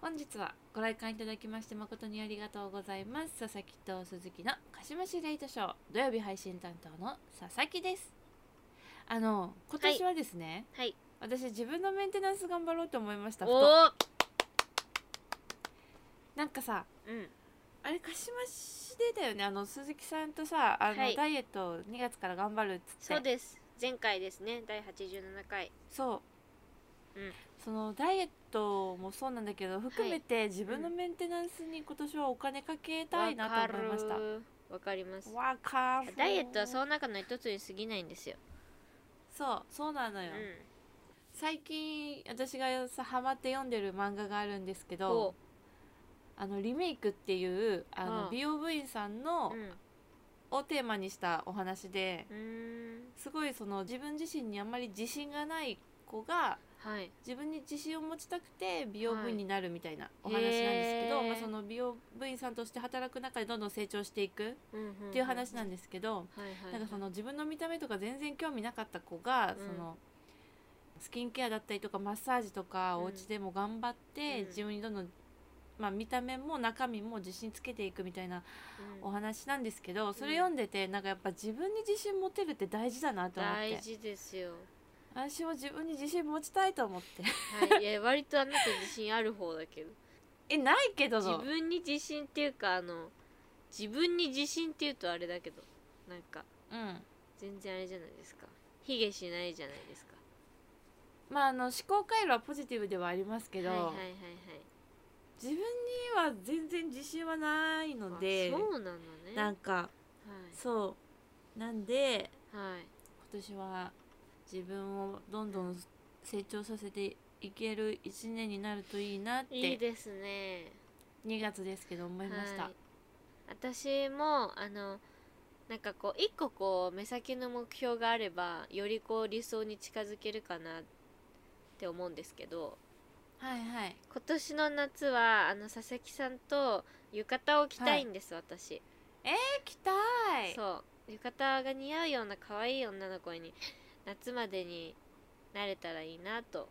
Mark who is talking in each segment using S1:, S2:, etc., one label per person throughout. S1: 本日はご来館いただきまして誠にありがとうございます佐々木と鈴木のかしましレイトショー土曜日配信担当の佐々木ですあの今年はですね、
S2: はい
S1: 私自分のメンテナンス頑張ろうと思いましたふ
S2: お
S1: と
S2: お
S1: なんかさ
S2: うん
S1: あれかしましでだよねあの鈴木さんとさあの、
S2: はい
S1: ダイエットを2月から頑張るっつって
S2: そうです前回ですね第87回
S1: そう、
S2: うん
S1: そのダイエットもそうなんだけど含めて自分のメンテナンスに今年はお金かけたいなと思いました
S2: わかるわかります
S1: わかる
S2: ダイエットはそ
S1: そう
S2: の中の一つに過ぎないんですよ、
S1: そうなの
S2: う
S1: よ、
S2: ん、
S1: 最近私がさハマって読んでる漫画があるんですけ
S2: お
S1: どあのリメイクっていうあの、
S2: うん
S1: 美容部員さんの、
S2: うん
S1: をテーマにしたお話で
S2: うーん
S1: すごいその自分自身にあんまり自信がない子が
S2: はい
S1: 自分に自信を持ちたくて美容部員になるみたいなお話なん
S2: へ
S1: ですけど、
S2: ー
S1: まあ、その美容部員さんとして働く中でどんどん成長していくっ
S2: うんん
S1: ていう話なんですけど、
S2: はいはい
S1: なんかその自分の見た目とか全然興味なかった子が、
S2: うん
S1: そのスキンケアだったりとかマッサージとか
S2: うん
S1: お家でも頑張って、
S2: うん
S1: 自分にどんどん、まあ、見た目も中身も自信つけていくみたいな
S2: うん
S1: お話なんですけど、それ読んでてなんかやっぱ自分に自信持てるって大事だなと思っ
S2: 大
S1: て
S2: 事ですよ
S1: 私も自分に自信持ちたいと思って
S2: はいいや割とあなた自信ある方だけど
S1: えないけど
S2: 自
S1: の
S2: 分に自信っていうかあの自分に自信っていうとあれだけどなんか
S1: うん
S2: 全然あれじゃないですか卑下しないじゃないですか
S1: まああの思考回路はポジティブではありますけど、
S2: はいはいはい
S1: 自分には全然自信はないの
S2: はい
S1: で
S2: あそうなのね
S1: なんかそうなんで
S2: はい、はい、
S1: 今年は自分をどんどん成長させていける1年になるといいなっ
S2: いい
S1: て
S2: ですね
S1: 2月ですけど思いました、
S2: はい、私もあのなんかこう一個こう目先の目標があればよりこう理想に近づけるかなって思うんですけど
S1: はい、はい
S2: 今年の夏はあの佐々木さんと浴衣を着たいんです、
S1: 行
S2: 私、
S1: きたい
S2: そう浴衣が似合うような可愛い女の子に夏までになれたらいいなと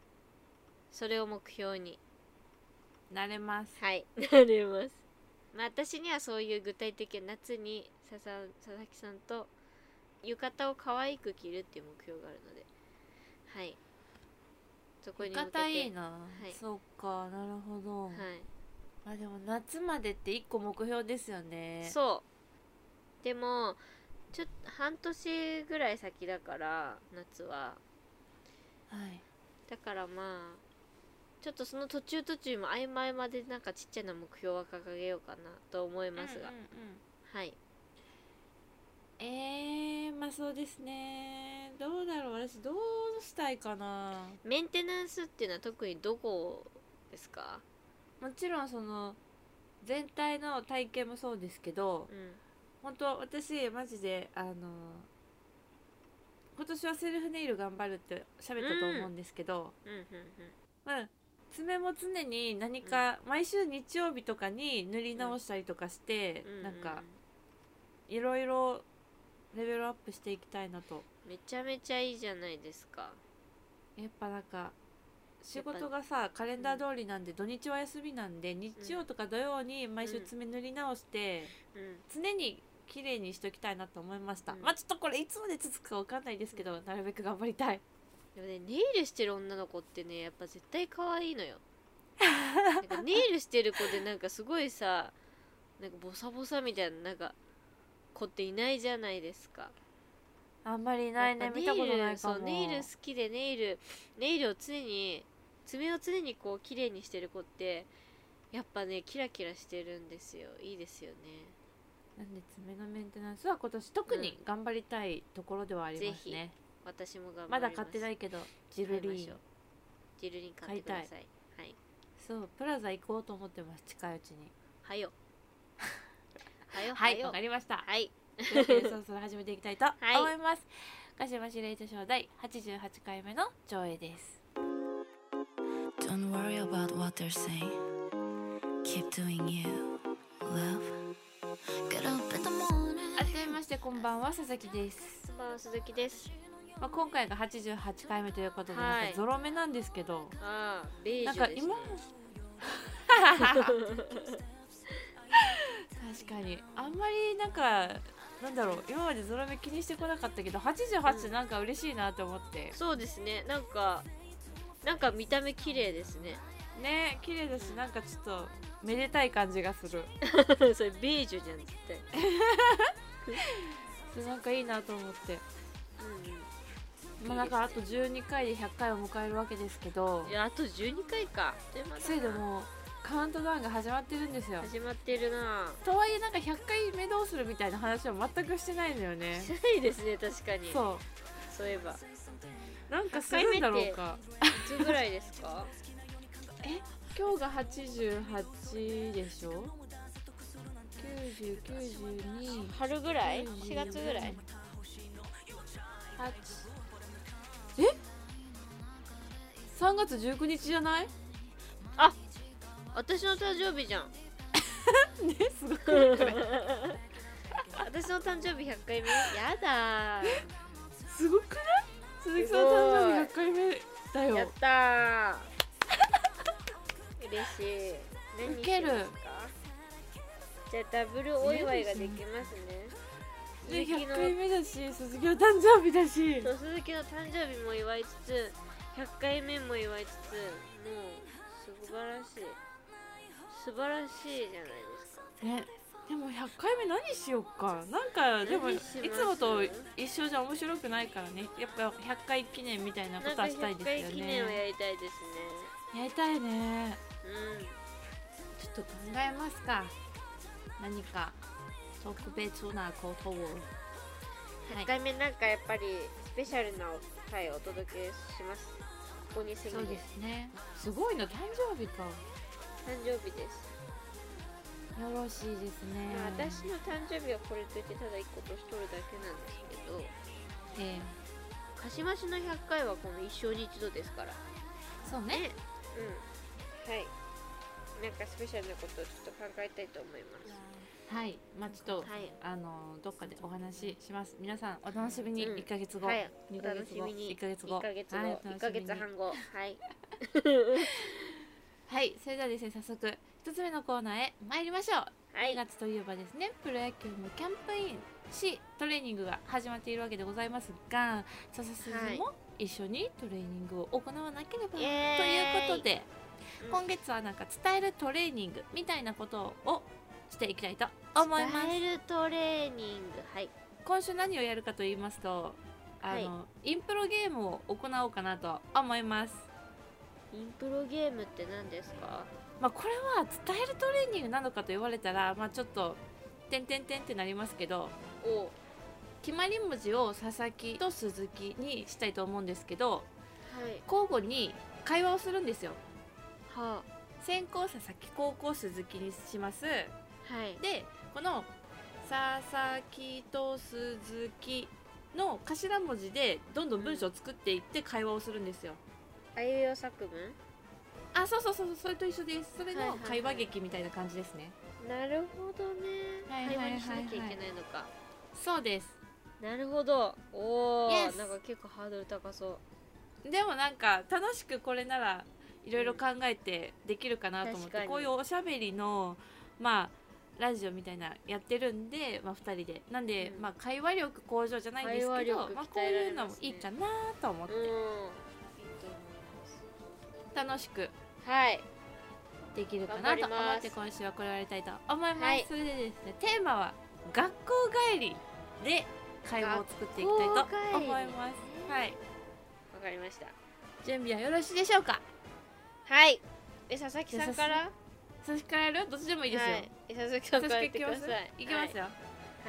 S2: それを目標に
S1: なれます
S2: はい なれますまあ私にはそういう具体的な夏にささ佐々木さんと浴衣を可愛く着るっていう目標があるのではいそこに向
S1: 浴
S2: けて
S1: 衣いいな、
S2: い
S1: そうかなるほど、
S2: は
S1: まあでも夏までって1個目標ですよね
S2: い、そうでもちょっと半年ぐらい先だから夏は
S1: はい、
S2: だからまあちょっとその途中途中も曖昧までなんかちっちゃな目標は掲げようかなと思いますが、
S1: うんうんうん
S2: はい
S1: えー、まあそうですねどうだろう私どうしたいかな
S2: メンテナンスっていうのは特にどこですか
S1: もちろんその全体の体型もそうですけど
S2: う
S1: 本当私マジであの今年はセルフネイル頑張るって喋ったと思うんですけど、
S2: んうんうん
S1: まあ爪も常に何か毎週日曜日とかに塗り直したりとかして、
S2: うんう
S1: なんかいろいろレベルアップしていきたいなと
S2: めちゃめちゃいいじゃないですか
S1: やっぱなんか仕事がさカレンダー通りなんで、土日は休みなんで日曜とか土曜に毎週爪塗り直して、
S2: うん
S1: 常に綺麗にしときたいなと思いました、
S2: うん
S1: まあちょっとこれいつまで続くかわかんないですけど、なるべく頑張りたい
S2: でもねネイルしてる女の子ってねやっぱ絶対可愛いのよな んかネイルしてる子でなんかすごいさなんかボサボサみたいななんか子っていないじゃないですか
S1: あんまりいないね
S2: やっぱ
S1: 見たことないかも
S2: そうネイル好きでネイルネイルを常に爪を常にこう綺麗にしてる子ってやっぱねキラキラしてるんですよいいですよね
S1: なんで爪のメンテナンスは今年特に頑張りたいところではありますね、
S2: 私も頑張りま
S1: ますだ買ってないけどジルリ
S2: 買い
S1: ー
S2: まし
S1: ン
S2: ょうジルリン買ってくださいはい
S1: そうプラザ行こうと思ってます近いうちに
S2: はよはよ
S1: は
S2: はい
S1: わ
S2: よ
S1: かりました
S2: はい
S1: というわけでそろそろ始めていきたいと
S2: い
S1: 思います。鹿島司令塔賞第88回目の上映です。
S3: Don't worry about what they're saying. Keep doing you, love. Get up in the morning.
S1: 改めましてこんばんは佐々木です。
S2: こんばんは鈴木です
S1: まあ、今回が88回目ということで、
S2: はい
S1: なんかゾロ目なんですけど、
S2: ああベージ
S1: な
S2: ュ
S1: んか
S2: です、ね、
S1: 今 確かにあんまりなんかなんだろう今までゾロ目気にしてこなかったけど88なんか嬉しいなと思って、
S2: そうですねなんかなんか見た目綺麗です ね
S1: ね綺麗だしなんかちょっとめでたい感じがする
S2: それベージュじゃん絶対、
S1: そうなんかいいなと思って、まあ、
S2: い
S1: ない
S2: ですね
S1: んかあと12回で100回を迎えるわけですけど
S2: うん、いやあと12回かあっという間だな
S1: ついでもうカウントダウンが始まってるんですよ
S2: 始まってるな
S1: とはいえなんか100回目どうするみたいな話は全くしてないんだよね
S2: しないですね確かにそう
S1: そ
S2: いえば
S1: うなんかするんだろうか
S2: いつぐらいですか
S1: 今日が88でしょ9092
S2: 春ぐらい4月ぐらい
S1: え3月19日じゃないね
S2: 私の誕生日じゃん
S1: すごい
S2: 私の誕生日100回目やだ
S1: すごくない鈴木さんの誕生日100回目だ
S2: ーや
S1: よ
S2: ったー嬉しい何
S1: ウケる
S2: しますかじゃあダブルお祝いができますね
S1: で
S2: 鈴木
S1: 100
S2: の
S1: 回目だし鈴木の誕生日だし
S2: そう鈴木の誕生日も祝いつつ100回目も祝いつつもう素晴らしい素晴らしいじゃないで
S1: ね
S2: すか
S1: でも100回目何しよっかなんかでも
S2: 何
S1: い
S2: します
S1: つもと一緒じゃ面白くないからねやっぱ100回記念みたいなこ
S2: なん
S1: と
S2: か
S1: はしたい
S2: 100回
S1: です
S2: 記
S1: よ
S2: 念を
S1: ね
S2: やりたいです
S1: やりたいね
S2: ねうん
S1: ちょっと考えますか何か特別なことをはい
S2: 100回目なんかやっぱりスペシャルな回をお届けしますここに住
S1: そ
S2: む
S1: うですねすごいの誕生日かよ
S2: 誕生日です、
S1: ろしいですね
S2: まあ私の誕生日はこれといってただ一個年取るだけなんですけど
S1: ええ
S2: 鹿島市の100回はこの一生に一度ですから
S1: そうね
S2: うんはいなんかスペシャルなことをちょっと考えたいと思います
S1: はいまあちょっと、
S2: はい
S1: あのどっかでお話しします皆さんお楽しみに
S2: うん
S1: 1ヶ月後、
S2: はい
S1: 二
S2: お
S1: ヶ
S2: 楽
S1: 月
S2: し
S1: 後
S2: みに
S1: 1ヶ月後
S2: 1ヶ月
S1: はい
S2: 後
S1: お楽しみに
S2: 1ヶ月半後はい
S1: はいそれではですね早速1つ目のコーナーへ参りましょう
S2: は
S1: 2
S2: い
S1: 月といえばですねプロ野球のキャンプインしトレーニングが始まっているわけでございますが笹
S2: は
S1: 鈴
S2: い
S1: も一緒にトレーニングを行わなければ、
S2: イエーイ
S1: ということで、
S2: うん
S1: 今月はなんか伝えるトレーニングみたいなことをしていきたいと思います
S2: スタイルトレーニングはい
S1: 今週何をやるかと言いますとあの、インプロゲームを行おうかなと思います
S2: インプロゲームって何ですか
S1: まあこれは伝えるトレーニングなのかと言われたらまあちょっと点点点ってなりますけど
S2: お
S1: 決まり文字を佐々木と鈴木にしたいと思うんですけど
S2: はい
S1: 交互に会話をするんですよ
S2: は
S1: 先行佐々木高校鈴木にします
S2: はい
S1: でこの佐々木と鈴木の頭文字でどんどん文章を作っていって会話をするんですよ
S2: あいうえお作文
S1: あそうそうそうそうそれと一緒ですそれ
S2: はいは
S1: の
S2: いはい
S1: 会話劇みたいな感じですね、
S2: なるほどね
S1: はいはい
S2: 会
S1: はいはい
S2: 話にしなきゃいけないのか
S1: そうです
S2: なるほどおお
S1: Yes
S2: なんか結構ハードル高そう
S1: でもなんか楽しくこれならいろいろ考えてできるかなと思っ
S2: 確か
S1: て
S2: に
S1: こういうおしゃべりのまあラジオみたいなやってるんで、まあ、2人でなんで、
S2: うん
S1: まあ会話力向上じゃないんですけ
S2: 会
S1: どま、
S2: 話力
S1: あ、こう
S2: 鍛えら
S1: い
S2: れ
S1: うの
S2: ま
S1: も
S2: すね
S1: いいかなと思っ
S2: う
S1: て
S2: んいいと思います
S1: 楽しく
S2: はい
S1: できるか
S2: 頑張
S1: な
S2: り
S1: と思
S2: ます
S1: って今週はこれをやりたいと思います、
S2: はい
S1: それでですねテーマは「学校帰り」で会話を作っていきたいと思います
S2: 学校帰り、ね
S1: はい、
S2: わかりました
S1: 準備はよろしいでしょうか
S2: はいえ佐々木さんから
S1: 差し替えるどっちでもいいですよ、
S2: はい、え佐々木さん
S1: 差
S2: か
S1: し替
S2: ら
S1: え
S2: やっ
S1: い
S2: て
S1: き
S2: く
S1: ま
S2: だ
S1: す
S2: さい
S1: いきますよ、
S2: は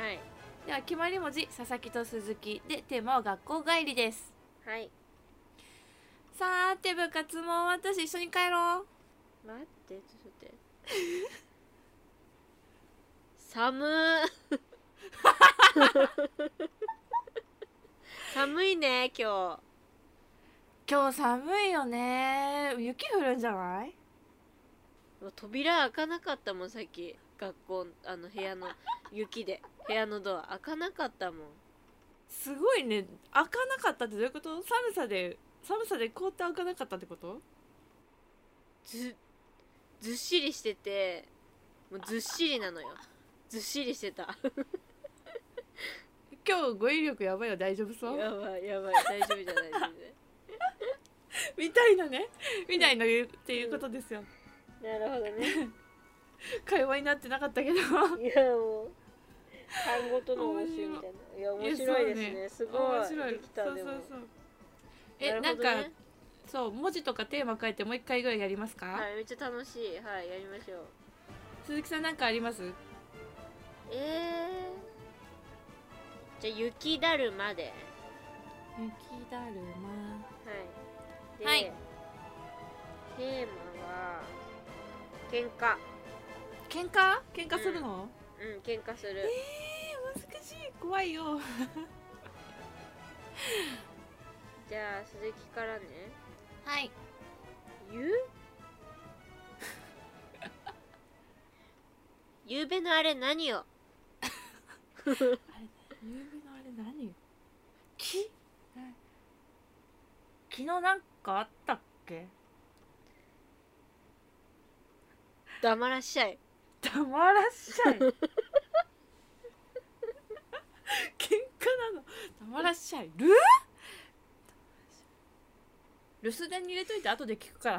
S2: い
S1: では決まり文字佐々木と鈴木でテーマは学校帰りです
S2: はい、はい、
S1: さーて部活も終わったし一緒に帰ろう
S2: 待ってちょっと待って 寒ー 寒いね今
S1: 今日寒いよね雪降るんじゃない
S2: 日もう扉開かなかったもんさっき学校あの部屋の雪で部屋のドア開かなかったもん
S1: すごいね開かなかったってどういうこと寒さで寒さで凍って開かなかったってこと
S2: ずずっしりしててもうずっしりなのよずっしりしてた
S1: 今日語彙力やばいよ大丈夫そう
S2: やばいやばい大丈夫じゃない全然
S1: みたいなねみたいな言うっていうことですよ
S2: なるほどね。
S1: 会話になってなかったけど
S2: いやもう単語との応酬みたいな。いや面白いですね。
S1: いや
S2: すごい。
S1: 面白い
S2: できた
S1: そう
S2: で
S1: そう
S2: も。
S1: そうえな,、
S2: るほ
S1: ん
S2: ど
S1: か
S2: ね
S1: そう文字とかテーマ書いてもう一回ぐらいやりますか、
S2: はいめっちゃ楽しい。はいやりましょう。
S1: 鈴木さんなんかあります
S2: えー、じゃあ雪だるまで。
S1: 雪だる
S2: はい。で、
S1: はい
S2: テーマは喧嘩。
S1: 喧嘩喧嘩するの、
S2: うん喧嘩する。
S1: えー難しい怖いよ
S2: じゃあ鈴木からね。
S1: はい
S2: ゆ。ゆうべのあれ何よ。
S1: ゆうべのあれ何木な昨日なんかあったっけ
S2: 黙らっしゃい。
S1: 黙らっしゃい喧嘩なの黙らっしゃいる留守電に入れといて後で聞くから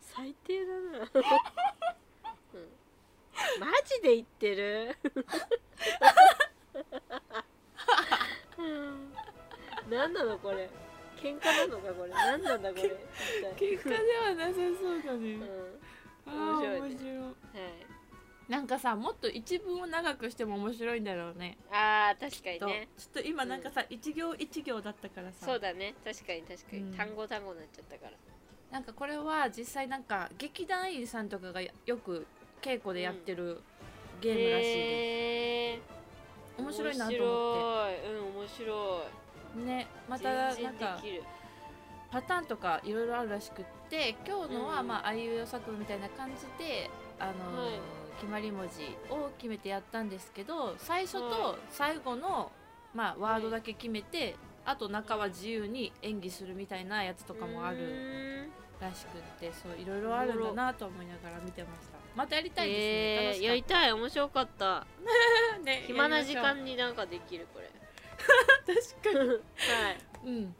S2: 最低だ な、うんマジで言ってるうん何なのこれ喧嘩なのかこれ何なんだこれ一体
S1: 喧嘩ではなさそうだ
S2: うん、は
S1: ねあ
S2: 面白
S1: ー
S2: いね
S1: 面白いなんかさもっと一文を長くしても面白いんだろうね
S2: い、あー確かに
S1: と
S2: ね
S1: ちょっと今なんかさ、一行一行だったからさ
S2: そうだね確かに確かに、
S1: うん
S2: 単語単語になっちゃったから
S1: なんかこれは実際なんか劇団員さんとかがよく稽古でやってるゲームらしいです、
S2: へー
S1: 面白いなと思っ
S2: 面白いうん面白い
S1: てねまたなん
S2: 全然
S1: か
S2: できる
S1: パターンとかいろいろあるらしくって今日のは
S2: うん
S1: まああいうえお作文みたいな感じであのー
S2: はい
S1: 決まり文字を決めてやったんですけど最初
S2: は
S1: と
S2: い
S1: 最後の、まあ、ワードだけ決めて、あと中は自由に演技するみたいなやつとかもあ
S2: う
S1: る
S2: ーん
S1: らしくってそういろいろあるんだなと思いながら見てましたまたやりたいですね、
S2: えーやりたい面白かっ
S1: 楽
S2: た
S1: しかったね
S2: 暇な
S1: やり
S2: 時
S1: ましょう
S2: 間になんかできるこれ
S1: 確か
S2: はい
S1: にうん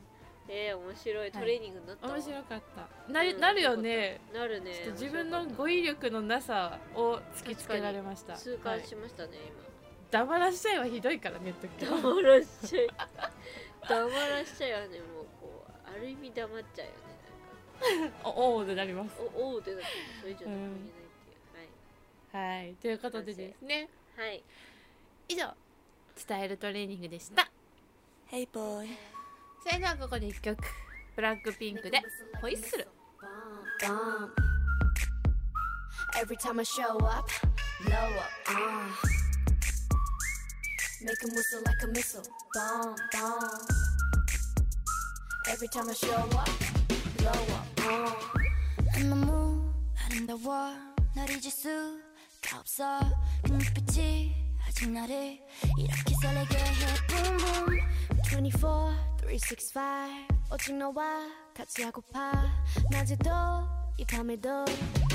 S2: えー、面白いトレーニングになったわ、
S1: 面白かったな,、
S2: う
S1: る
S2: ん
S1: なるよね
S2: なるね
S1: ちょっと自分の語彙力のなさを突きつけられました
S2: 痛
S1: は
S2: 感
S1: い
S2: しましたね、
S1: 黙らしちゃいはひどいからねとき
S2: 今黙らっしゃい黙らっしゃいはねもうこうある意味黙っちゃうよね
S1: おおーってなります
S2: なんかおおうってなってそれ以上何も言えないってい
S1: は
S2: う、
S1: いということでですね
S2: はいはい
S1: 以上伝えるトレーニングでした
S3: Hey boy
S1: それではここで一曲ブラックピンクでホイッスル
S3: Dumb. Every time I show up, blow up. Uh. Make 'em whistle like a missile. Bomb, bomb. Every time I show up, blow up. Uh. I'm the moon, 아름다워. 날 잊을 수가 없어. 그 눈빛이 아직 나를 이렇게 설레게 해. Boom, boom. 24, 365. 오직 너와 같이 하고파. 낮에도 이 밤에도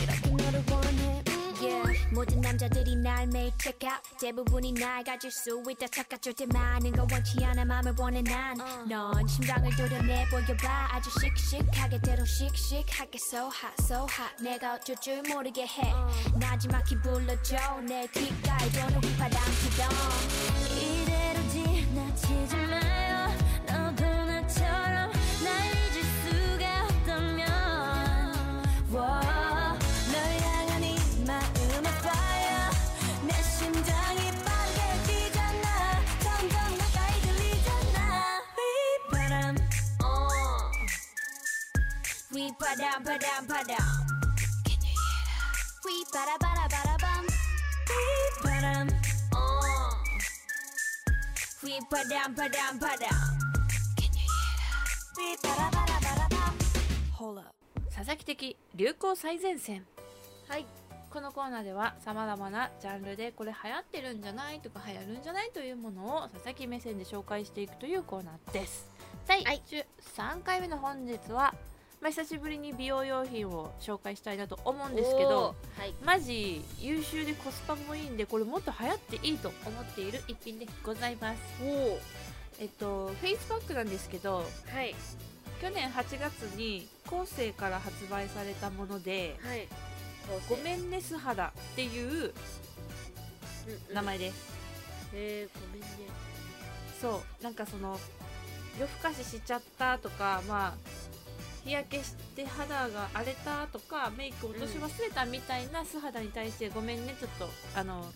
S3: 이렇게 너를 원해. Mm,
S4: Yeah. 모든 남자들이 날 매일 check out 대부분이 날 가질 수 있다 착각 절대 많은 걸 원치 않아 마음을 원해 난넌 심장을 도려내 보여봐 아주 씩씩하게 대로 씩씩하게 so hot so hot 내가 어쩔 줄 모르게 해 나지막히 불러줘 내 귓가에 도는 휘파람 기동 이대로 지나치지 마요 너도 나처럼 날 잊을 수가 없다면 Wow, 널 향한 이 마음의 fire 내 심장이 빠르게 뛰잖아 점점 가까이 들리잖아 휘바람 어 휘바람 바람 바람 Can you hear that? 휘바라바라바라밤 휘바람 어 휘바람 바람 바람 Can you hear that? 휘바라바라바라밤
S3: Hold up.
S1: 佐々木的流行最前線
S2: はい
S1: このコーナーではさまざまなジャンルでこれ流行ってるんじゃないとか流行るんじゃないというものを佐々木目線で紹介していくというコーナーです。第
S2: はい
S1: 13回目の本日は、まあ、久しぶりに美容用品を紹介したいなと思うんですけど
S2: おーはい
S1: マジ優秀でコスパもいいんでこれもっと流行っていいと思っている一品でございます
S2: おー
S1: えっとフェイスパックなんですけど
S2: はい
S1: 去年8月に後世から発売されたもので
S2: はい
S1: 「ごめんね素肌」っていう名前です
S2: えー、ごめんね
S1: そうなんかその夜更かししちゃったとかまあ日焼けして肌が荒れたとかメイク落とし忘れたみたいな素肌に対してごめんねちょっとあの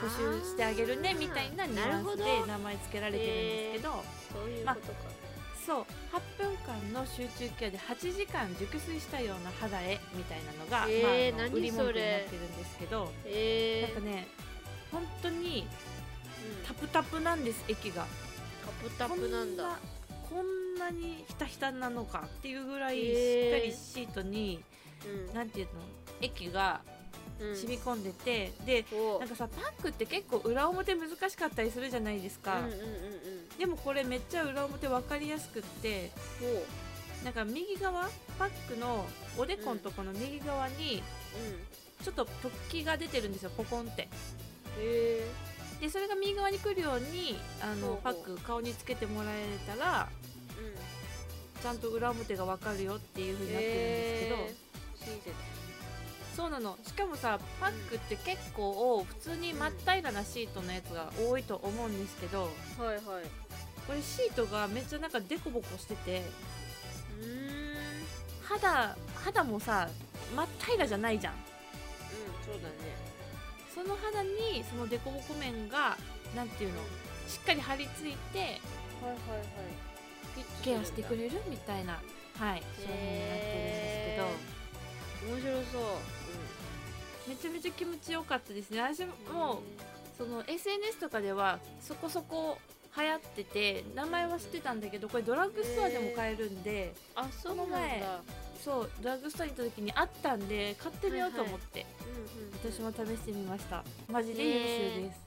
S1: 補修してあげるね
S2: ー
S1: みたいなニュ
S2: な
S1: ア
S2: る
S1: ン
S2: ほ
S1: ス
S2: ど
S1: で名前付けられてるんですけど
S2: そういう
S1: まあ
S2: ことか、
S1: そう8分間の集中ケアで8時間熟睡したような肌へみたいなのが、
S2: えー
S1: まああの、
S2: 何
S1: 売り文
S2: そ
S1: 句になっ
S2: れ
S1: てるんですけど
S2: え
S1: なん
S2: ー
S1: かね本当に
S2: うん
S1: タプタプなんです液が。
S2: タプタプなんだ
S1: こんなこんなにひたひたなのかっていうぐらいしっか
S2: へー
S1: りシートに、
S2: うん
S1: なんていうの液が
S2: うん
S1: 染み込んでて、で
S2: お
S1: なんかさパックって結構裏表難しかったりするじゃないですか、
S2: うんうんうんうん
S1: でもこれめっちゃ裏表分かりやすくって
S2: おう
S1: なんか右側パックのおでこのとこの右側に
S2: うん
S1: ちょっと突起が出てるんですよポコンって
S2: へえ
S1: でそれが右側に来るようにあ
S2: ほう
S1: の
S2: ほう
S1: パック顔につけてもらえたら
S2: うん
S1: ちゃんと裏表が分かるよっていう風になってるんですけど、
S2: へー親切
S1: そうなのしかもさパックって結構普通に真っ平らなシートのやつが多いと思うんですけど
S2: はいはい
S1: これシートがめっちゃなんかデコボコしてて
S2: うーんうん
S1: 肌肌もさ真っ平らじゃないじゃん
S2: そうだね
S1: その肌にそのデコボコ面がなんていうのしっかり張り付いて
S2: はいはいはい
S1: ケアしてく
S2: る
S1: れるみたいな、はい、商品になってるんですけど
S2: 面白そう
S1: めちゃめちゃ気持ちよかったですね私もその SNS とかではそこそこ流行ってて名前は知ってたんだけどこれドラッグストアでも買えるんで、
S2: あそうなん
S1: この前
S2: だ
S1: そうドラッグストアに行った時にあったんで買ってみようと思って、
S2: うんうん
S1: 私も試してみましたマジで優秀です、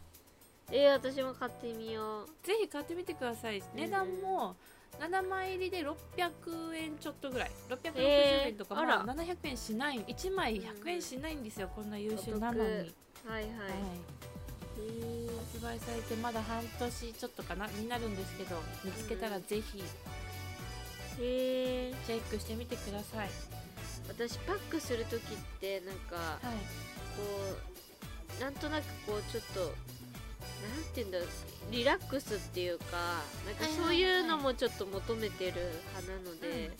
S2: えー、私も買ってみよう
S1: ぜひ買ってみてください値段も7枚入りで600円ちょっとぐらい660円とか、
S2: えー
S1: まあ
S2: あ
S1: 700円しない1枚100円しないんですよこんな優秀なのに、
S2: お
S1: はい
S2: 得はいはい、えー
S1: 発売されてまだ半年ちょっとかなになるんですけど見つけたらぜひ
S2: へえ
S1: チェックしてみてください。
S2: 私パックする時ってなんか
S1: はい。
S2: こうなんとなくこうちょっとなんて言うんだろうリラックスっていうかなんか
S1: はいはいはい
S2: そういうのもちょっと求めてる派なので、
S1: うん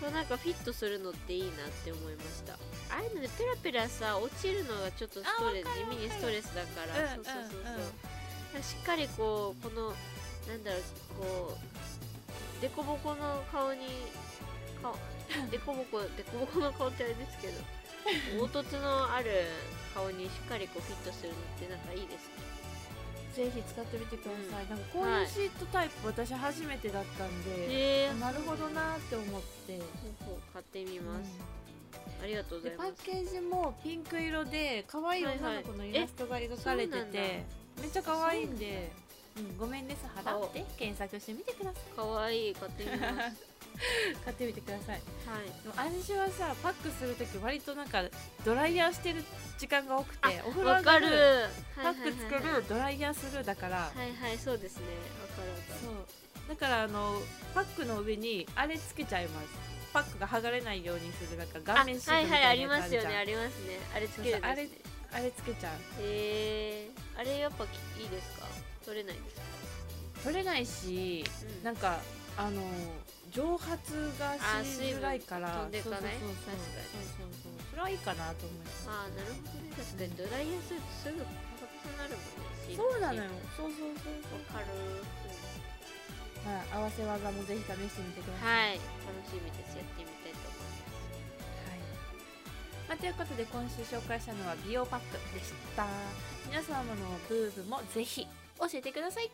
S2: そうなんかフィットするのっていいなって思いましたああいうのでペラペラさ落ちるのがちょっとストレス
S1: あわかるわか
S2: 地
S1: る
S2: 味にストレスだから、
S1: うん
S2: そうそうそうそ
S1: うんう
S2: う、
S1: ん
S2: だからしっかりこうこのなんだろうこうデコボコの顔に 顔デコボコデコボコの顔ってあれですけど凹凸のある顔にしっかりこうフィットするのってなんかいいですね
S1: ぜひ使ってみてください。なんかこう
S2: は
S1: いう
S2: い
S1: シートタイプ、私初めてだったんで、
S2: へえ
S1: なるほどなーって思って。
S2: 買ってみ
S1: うん
S2: ます、ありがとうござ
S1: で
S2: い
S1: パ
S2: ま
S1: ッ
S2: す
S1: ケージもピンク色で可愛い女の子のイラストが描かれて
S2: はいはい
S1: て、
S2: え
S1: めっちゃ可愛いんで、うん、ごめんです肌
S2: 顔
S1: って検索してみてくださ
S2: かわいい買ってみます はい
S1: い買ってみてくださいでも私はさパックする時割となんかドライヤーしてる時間が多くてお風呂
S2: わ
S1: 上
S2: か
S1: が
S2: る
S1: るパ
S2: はいはい
S1: ック作
S2: はい
S1: るドライヤーするだから
S2: はいはいそうですねわかるわか
S1: そうだからあのパックの上にあれつけちゃいますパックが剥がれないようにするなんか
S2: るあ
S1: 顔面シー
S2: は
S1: ト
S2: い
S1: み
S2: は
S1: た
S2: いあ
S1: い
S2: り
S1: なや
S2: ま
S1: つあ
S2: す
S1: るじ
S2: よ
S1: ゃん、
S2: ねありますねあれつけるんですね
S1: そうあれつけちゃう
S2: へえあれやっぱきいいですか取れないですか、
S1: 取れないし
S2: うん
S1: なんかあの蒸発が
S2: あ
S1: しづらいから
S2: 水分飛んでかない
S1: そうそうそうそう
S2: 確かに
S1: そうそうそうそれはいいかなと思います
S2: ああなるほどね確かにドライヤーするとすぐパサパサになるもんね
S1: そうなのよ
S2: わ
S1: そうそうそう
S2: か
S1: そう、
S2: る
S1: まあ、合わせ技もぜひ試してみてください
S2: はい楽しみですやってみたいと思い
S1: はいま
S2: ま
S1: あ、ということで今週紹介したのは美容パックでした皆様のブームもぜひ教えてください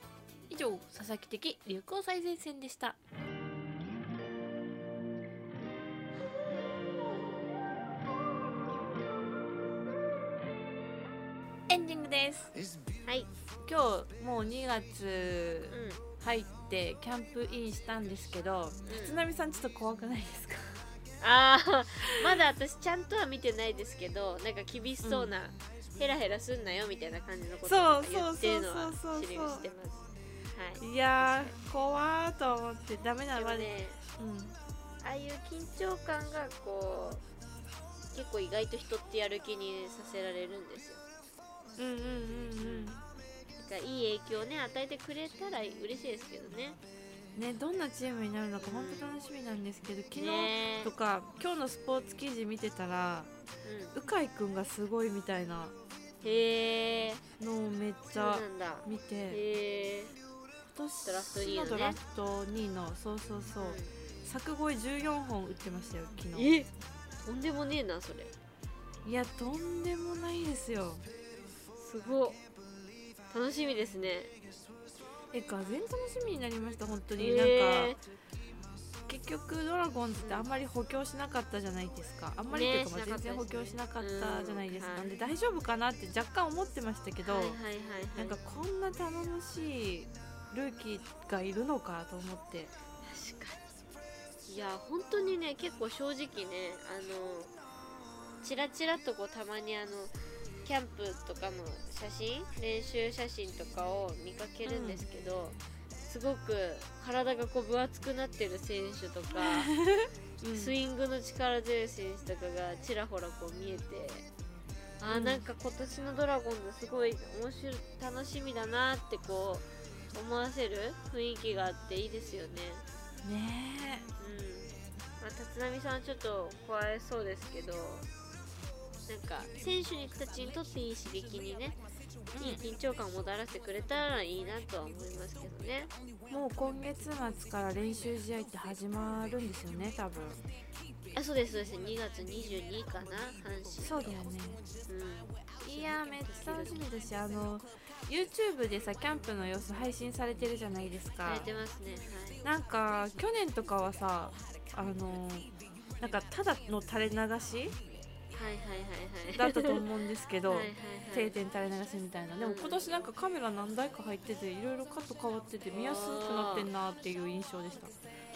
S1: 以上佐々木的流行最前線でしたエンディングです
S2: すはい
S1: 今日もう2月
S2: うん
S1: 入ってキャンプインしたんですけど立浪さんちょっと怖くないですか
S2: ああまだ私ちゃんとは見てないですけどなんか厳しそうな、ヘラヘラすんなよみたいな感じのことを
S1: そう
S2: 言
S1: そう
S2: ってるのは
S1: そうそうそうそう
S2: 知りをしてますはい
S1: いやー怖ーと思ってダメな
S2: で
S1: の
S2: も
S1: あれ、
S2: ね
S1: うん、
S2: ああいう緊張感がこう結構意外と人ってやる気にさせられるんですよ
S1: うんうんうん
S2: なんかいい影響をね与えてくれたら嬉しいですけどね
S1: うんねどんなチームになるのか本当楽しみなんですけど昨日
S2: ね
S1: とか今日のスポーツ記事見てたら鵜飼君がすごいみたいな
S2: うん、へえ
S1: のをめっち
S2: そう
S1: ゃ
S2: なんだ
S1: 見て
S2: へえ
S1: 今
S2: ドラフト
S1: 年
S2: 二位
S1: の
S2: の
S1: ド
S2: ね
S1: ラフト2位のそうそうそう柵越え14本打ってましたよ昨日
S2: えとんでもねえなそれ
S1: いやとんでもないですよ
S2: すごっ楽しみですね
S1: えがぜん楽しみになりました本当に、な
S2: へ
S1: んか結局ドラゴンズってあんまり補強しなかったじゃないですかあんまりっていう
S2: ね
S1: か、まあ
S2: しな
S1: 全
S2: かったです
S1: 然
S2: ね
S1: 補強しなかったじゃないですか、
S2: うん
S1: で大丈夫かなって若干思ってましたけ
S2: ー
S1: ど、
S2: はいはいは
S1: ないん
S2: は
S1: か
S2: い
S1: こんな頼もしいルーキーがいるのかと思って
S2: 確かにいや本当にね結構正直ねあのチラチラとこうたまにあのキャンプとかの写真練習写真とかを見かけるんですけど、すごく体がこう分厚くなってる選手とか、
S1: うん
S2: スイングの力強い選手とかがちらほらこう見えてあー
S1: うん
S2: なんか今年のドラゴンズすごい面白い楽しみだなってこう思わせる雰囲気があっていいですよね。
S1: ね
S2: うんまあ、立浪さんちょっと怖いそうですけどなんか選手たちにとっていい刺激にねいい緊張感をもたらしてくれたらいいなとは思いますけどね
S1: えもう今月末から練習試合って始まるんですよね多分
S2: あそうですそうです2月22かな阪神
S1: そうだよね
S2: うん
S1: いやーめっちゃ楽しみだしあの YouTube でさキャンプの様子配信されてるじゃないですか
S2: されてますねは
S1: な
S2: い
S1: んか去年とかはさあのなんかただの垂れ流し
S2: はいはいはいはい
S1: だったと思うんですけど
S2: はいはいはい
S1: 定点垂れ流しみたいなでも今年なんかカメラ何台か入ってていろいろカット変わってて見やすくなってんなっていう印象でした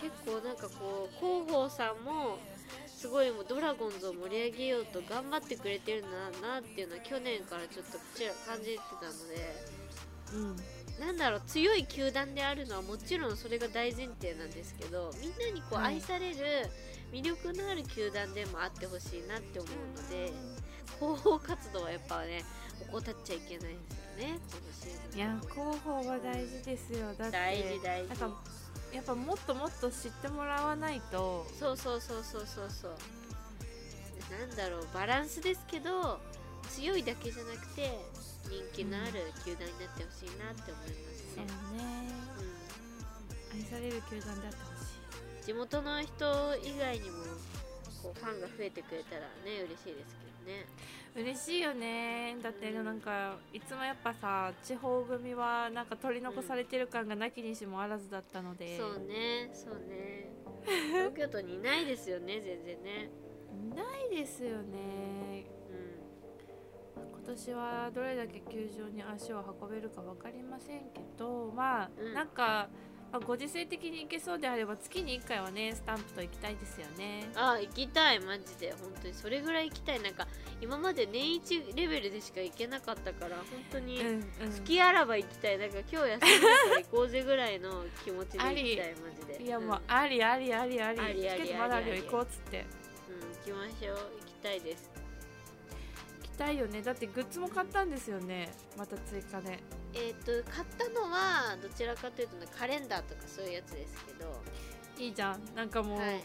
S2: 結構なんかこう広報さんもすごいもうドラゴンズを盛り上げようと頑張ってくれてるんだなっていうのは去年からちょっとちら感じてたので
S1: うん
S2: なんだろう強い球団であるのはもちろんそれが大前提なんですけどみんなにこう
S1: はい
S2: 愛される魅力のある球団でもあってほしいなって思うので広報活動はやっぱね怠っちゃいけないですよねこのシーズン
S1: いや広報は大事ですよだって
S2: 大事大事
S1: なんかやっぱもっともっと知ってもらわないと
S2: そうそうそうそうそうそうなんだろうバランスですけど強いだけじゃなくて人気のある球団になってほしいなって思います
S1: そう
S2: ね
S1: ね、
S2: う
S1: 愛される球団であってほしい
S2: ん、地元の人以外にもこうファンが増えてくれたらね嬉しいですけどね
S1: 嬉しいよねだってなんかいつもやっぱさ地方組はなんか取り残されてる感がなきにしもあらずだったので、
S2: そうねそうね 東京都にいないですよね全然ね
S1: ないですよね
S2: う
S1: 今年はどれだけ球場に足を運べるか分かりませんけどまあ、
S2: うん
S1: なんか、まあご時世的に行けそうであれば月に1回はねスタンプと行きたいですよね
S2: んあ行きたいマジで本当にそれぐらい行きたいなんか今まで年一レベルでしか行けなかったから本当
S1: う
S2: に、
S1: んうん
S2: 月あらば行きたいなんか今日休みだから行こうぜぐらいの気持ちで行きた
S1: あ
S2: い
S1: り
S2: マジ で
S1: いやもう
S2: うん
S1: ありありありあり
S2: ありあり
S1: チケットまだあるよ
S2: ありあ
S1: 行
S2: り
S1: こうっつって
S2: うん、行きましょう行きたいです
S1: 行きたいよねだってグッズも買ったんですよねまた追加で
S2: えっ、と買ったのはどちらかというとねカレンダーとかそういうやつですけど
S1: いいじゃんなんかもう、
S2: はい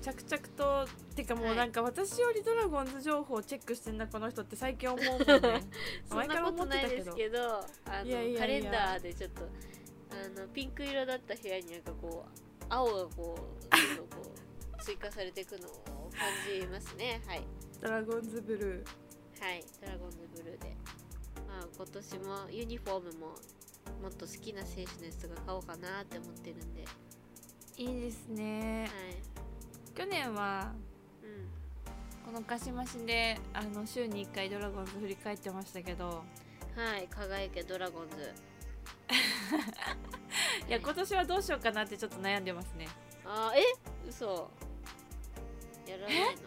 S1: 着々とてかも
S2: は
S1: う
S2: い
S1: なんか私よりドラゴンズ情報をチェックしてんなこの人って最近思うもん ね
S2: そ
S1: 前
S2: ん
S1: か
S2: な
S1: ら
S2: こ
S1: 思
S2: と
S1: って
S2: ない
S1: たけ
S2: です
S1: ど
S2: けどあの
S1: いやいやいや
S2: カレンダーでちょっとあのピンク色だった部屋になんかこう青がこうどんどんこう追加されていくのを感じますねはい
S1: ドラゴンズブルー
S2: はい、ドラゴンズブルーで、まあ、今年もユニフォームももっと好きな選手のやつとか買おうかなって思ってるんで、はい
S1: いですね
S2: い
S1: 去年は
S2: うん、
S1: この貸し増しであの週に1回ドラゴンズ振り返ってましたけど
S2: はい、輝けドラゴンズ。
S1: いや今年はどうしようかなってちょっと悩んでますね
S2: あーえ嘘やらないの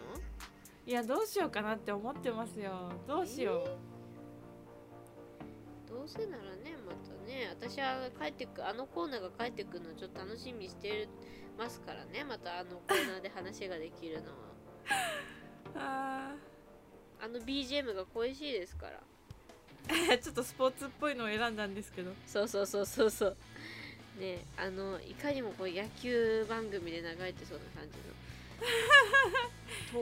S1: いやどうしようかなって思ってますよどうしよう、
S2: どうせならねまたね私は帰ってくあのコーナーが帰ってくるのちょっと楽しみにしてますからねまたあのコーナーで話ができるのは
S1: あ
S2: あの BGM が恋しいですから
S1: ー ちょっとスポーツっぽいのを選んだんですけど
S2: そうそうそうそうそうねあのいかにもこう野球番組で流れてそうな感 じの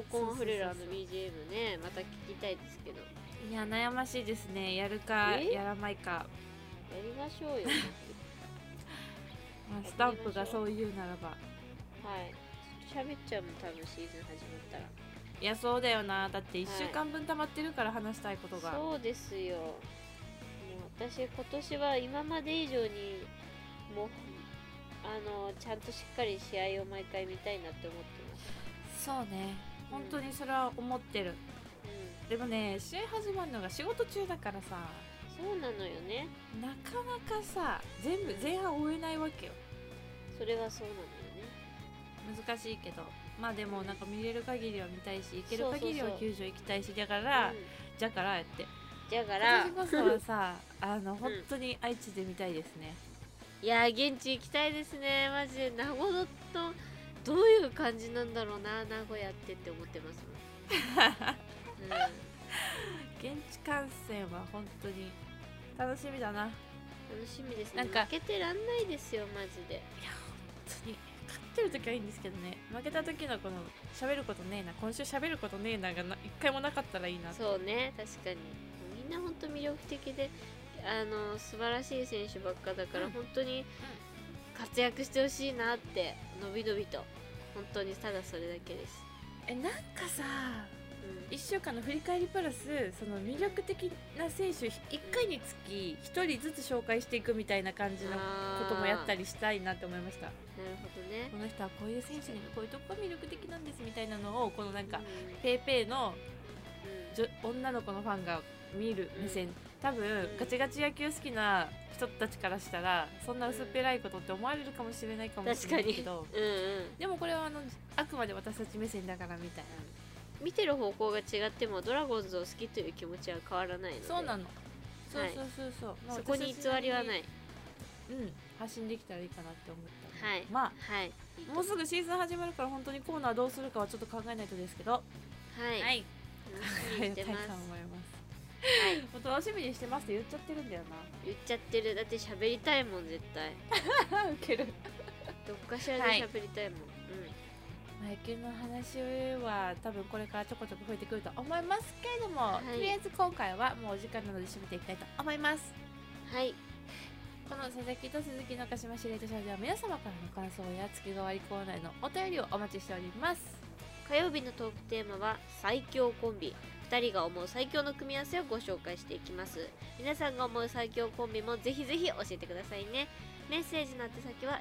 S2: 闘魂あふれるあの BGM ねまた聞きたいですけどや
S1: いや悩ましいですねやるか
S2: え
S1: やらないか、
S2: りましょう よ
S1: まあ、スタンプがそう言うならば
S2: はい喋っちゃうもん多分シーズン始まったら
S1: いやそうだよなだって1週間分溜まってるから話したいことが、
S2: そうですよもう私今年は今まで以上にもうあのちゃんとしっかり試合を毎回見たいなって思ってます
S1: そうね本当にそれは思ってる、でもね試合始まるのが仕事中だからさ
S2: うんそうなのよね
S1: なかなかさ全部前半終えないわけよ
S2: それはそうなのよね
S1: 難しいけどまあでもなんか見れる限りは見たいし行ける限りは
S2: そうそうそう
S1: 球場行きたいしだから、
S2: うん
S1: じゃからやって
S2: じゃから
S1: 私こそはさあの本当に愛知で見たいですね、
S2: いやー現地行きたいですねマジで名古屋とどういう感じなんだろうな名古屋ってって思ってますもん、うん
S1: 現地観戦は本当に楽しみだな本
S2: 楽しみです
S1: な
S2: ね
S1: んか
S2: 負けてらんないですよマジで
S1: 当に勝ってる時はいいんですけどね負けた時のこの喋ることねえな今週喋ることねえながな一回もなかったらいいなと
S2: そうね確かにみんな本当魅力的であの素晴らしい選手ばっかだから、
S1: うん
S2: 本当に活躍してほしいなってのびのびと本当にただそれだけです、
S1: えなんかさ
S2: うん
S1: 1週間の振り返りプラスその魅力的な選手1回につき1人ずつ紹介していくみたいな感じのこともやった
S2: り
S1: りしたいなって思いました
S2: なるほどね
S1: この人はこういう選手にこういうとこが魅力的なんですみたいなのをこのなんか
S2: うん
S1: ペーペーの
S2: うん
S1: 女女の子のファンが見る目線、多分、
S2: ん
S1: ガチガチ野球好きな人たちからしたらそんな薄っぺらいことって思われるかもしれないかもしれないけど
S2: うんうん
S1: でもこれはあのあくまで私たち目線だからみたい
S2: 見てる方向が違ってもドラゴンズを好きという気持ちは変わらないので
S1: なそうなのそう
S2: はい
S1: そうそうそう、まあ
S2: そこに偽りはない
S1: うん発信できたらいいかなって思った
S2: はい
S1: まあ
S2: はい
S1: もうすぐシーズン始まるから本当にコーナーどうするかはちょっと考えないとですけどは
S2: はい、
S1: い、考え
S2: 楽しみにして
S1: たいと
S2: ま
S1: 思
S2: す
S1: います、もう楽しみにしてますって言っちゃってるんだよ
S2: 言っちゃってるだって喋りたいもん絶対
S1: な ウケる
S2: どっかしらで喋りたいもん、
S1: マイケルの話は多分これからちょこちょこ増えてくると思いますけれども、
S2: い
S1: とりあえず今回はもうお時間なので締めていきたいと思います
S2: うんはい
S1: この佐々木と鈴木の鹿島司令塔社では皆様からの感想や月替わりコーナーへのお便りをお待ちしております
S2: 火曜日のトークテーマは最強コンビ2人が思う最強の組み合わせをご紹介していきます皆さんが思う最強コンビもぜひぜひ教えてくださいねメッセージの宛先は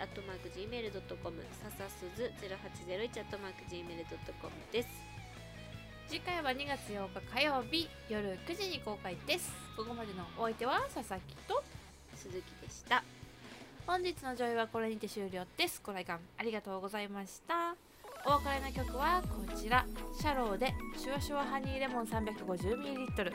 S2: sassu0801-gmail.com ささすず 0801-gmail.com です
S1: 次回は2月8日火曜日夜9時に公開ですここまでのお相手は佐々木と
S2: 鈴木でした
S1: 本日の上位はこれにて終了ですご来館ありがとうございましたお別れの曲はこちらシャローでシュワシュワハニーレモン 350ml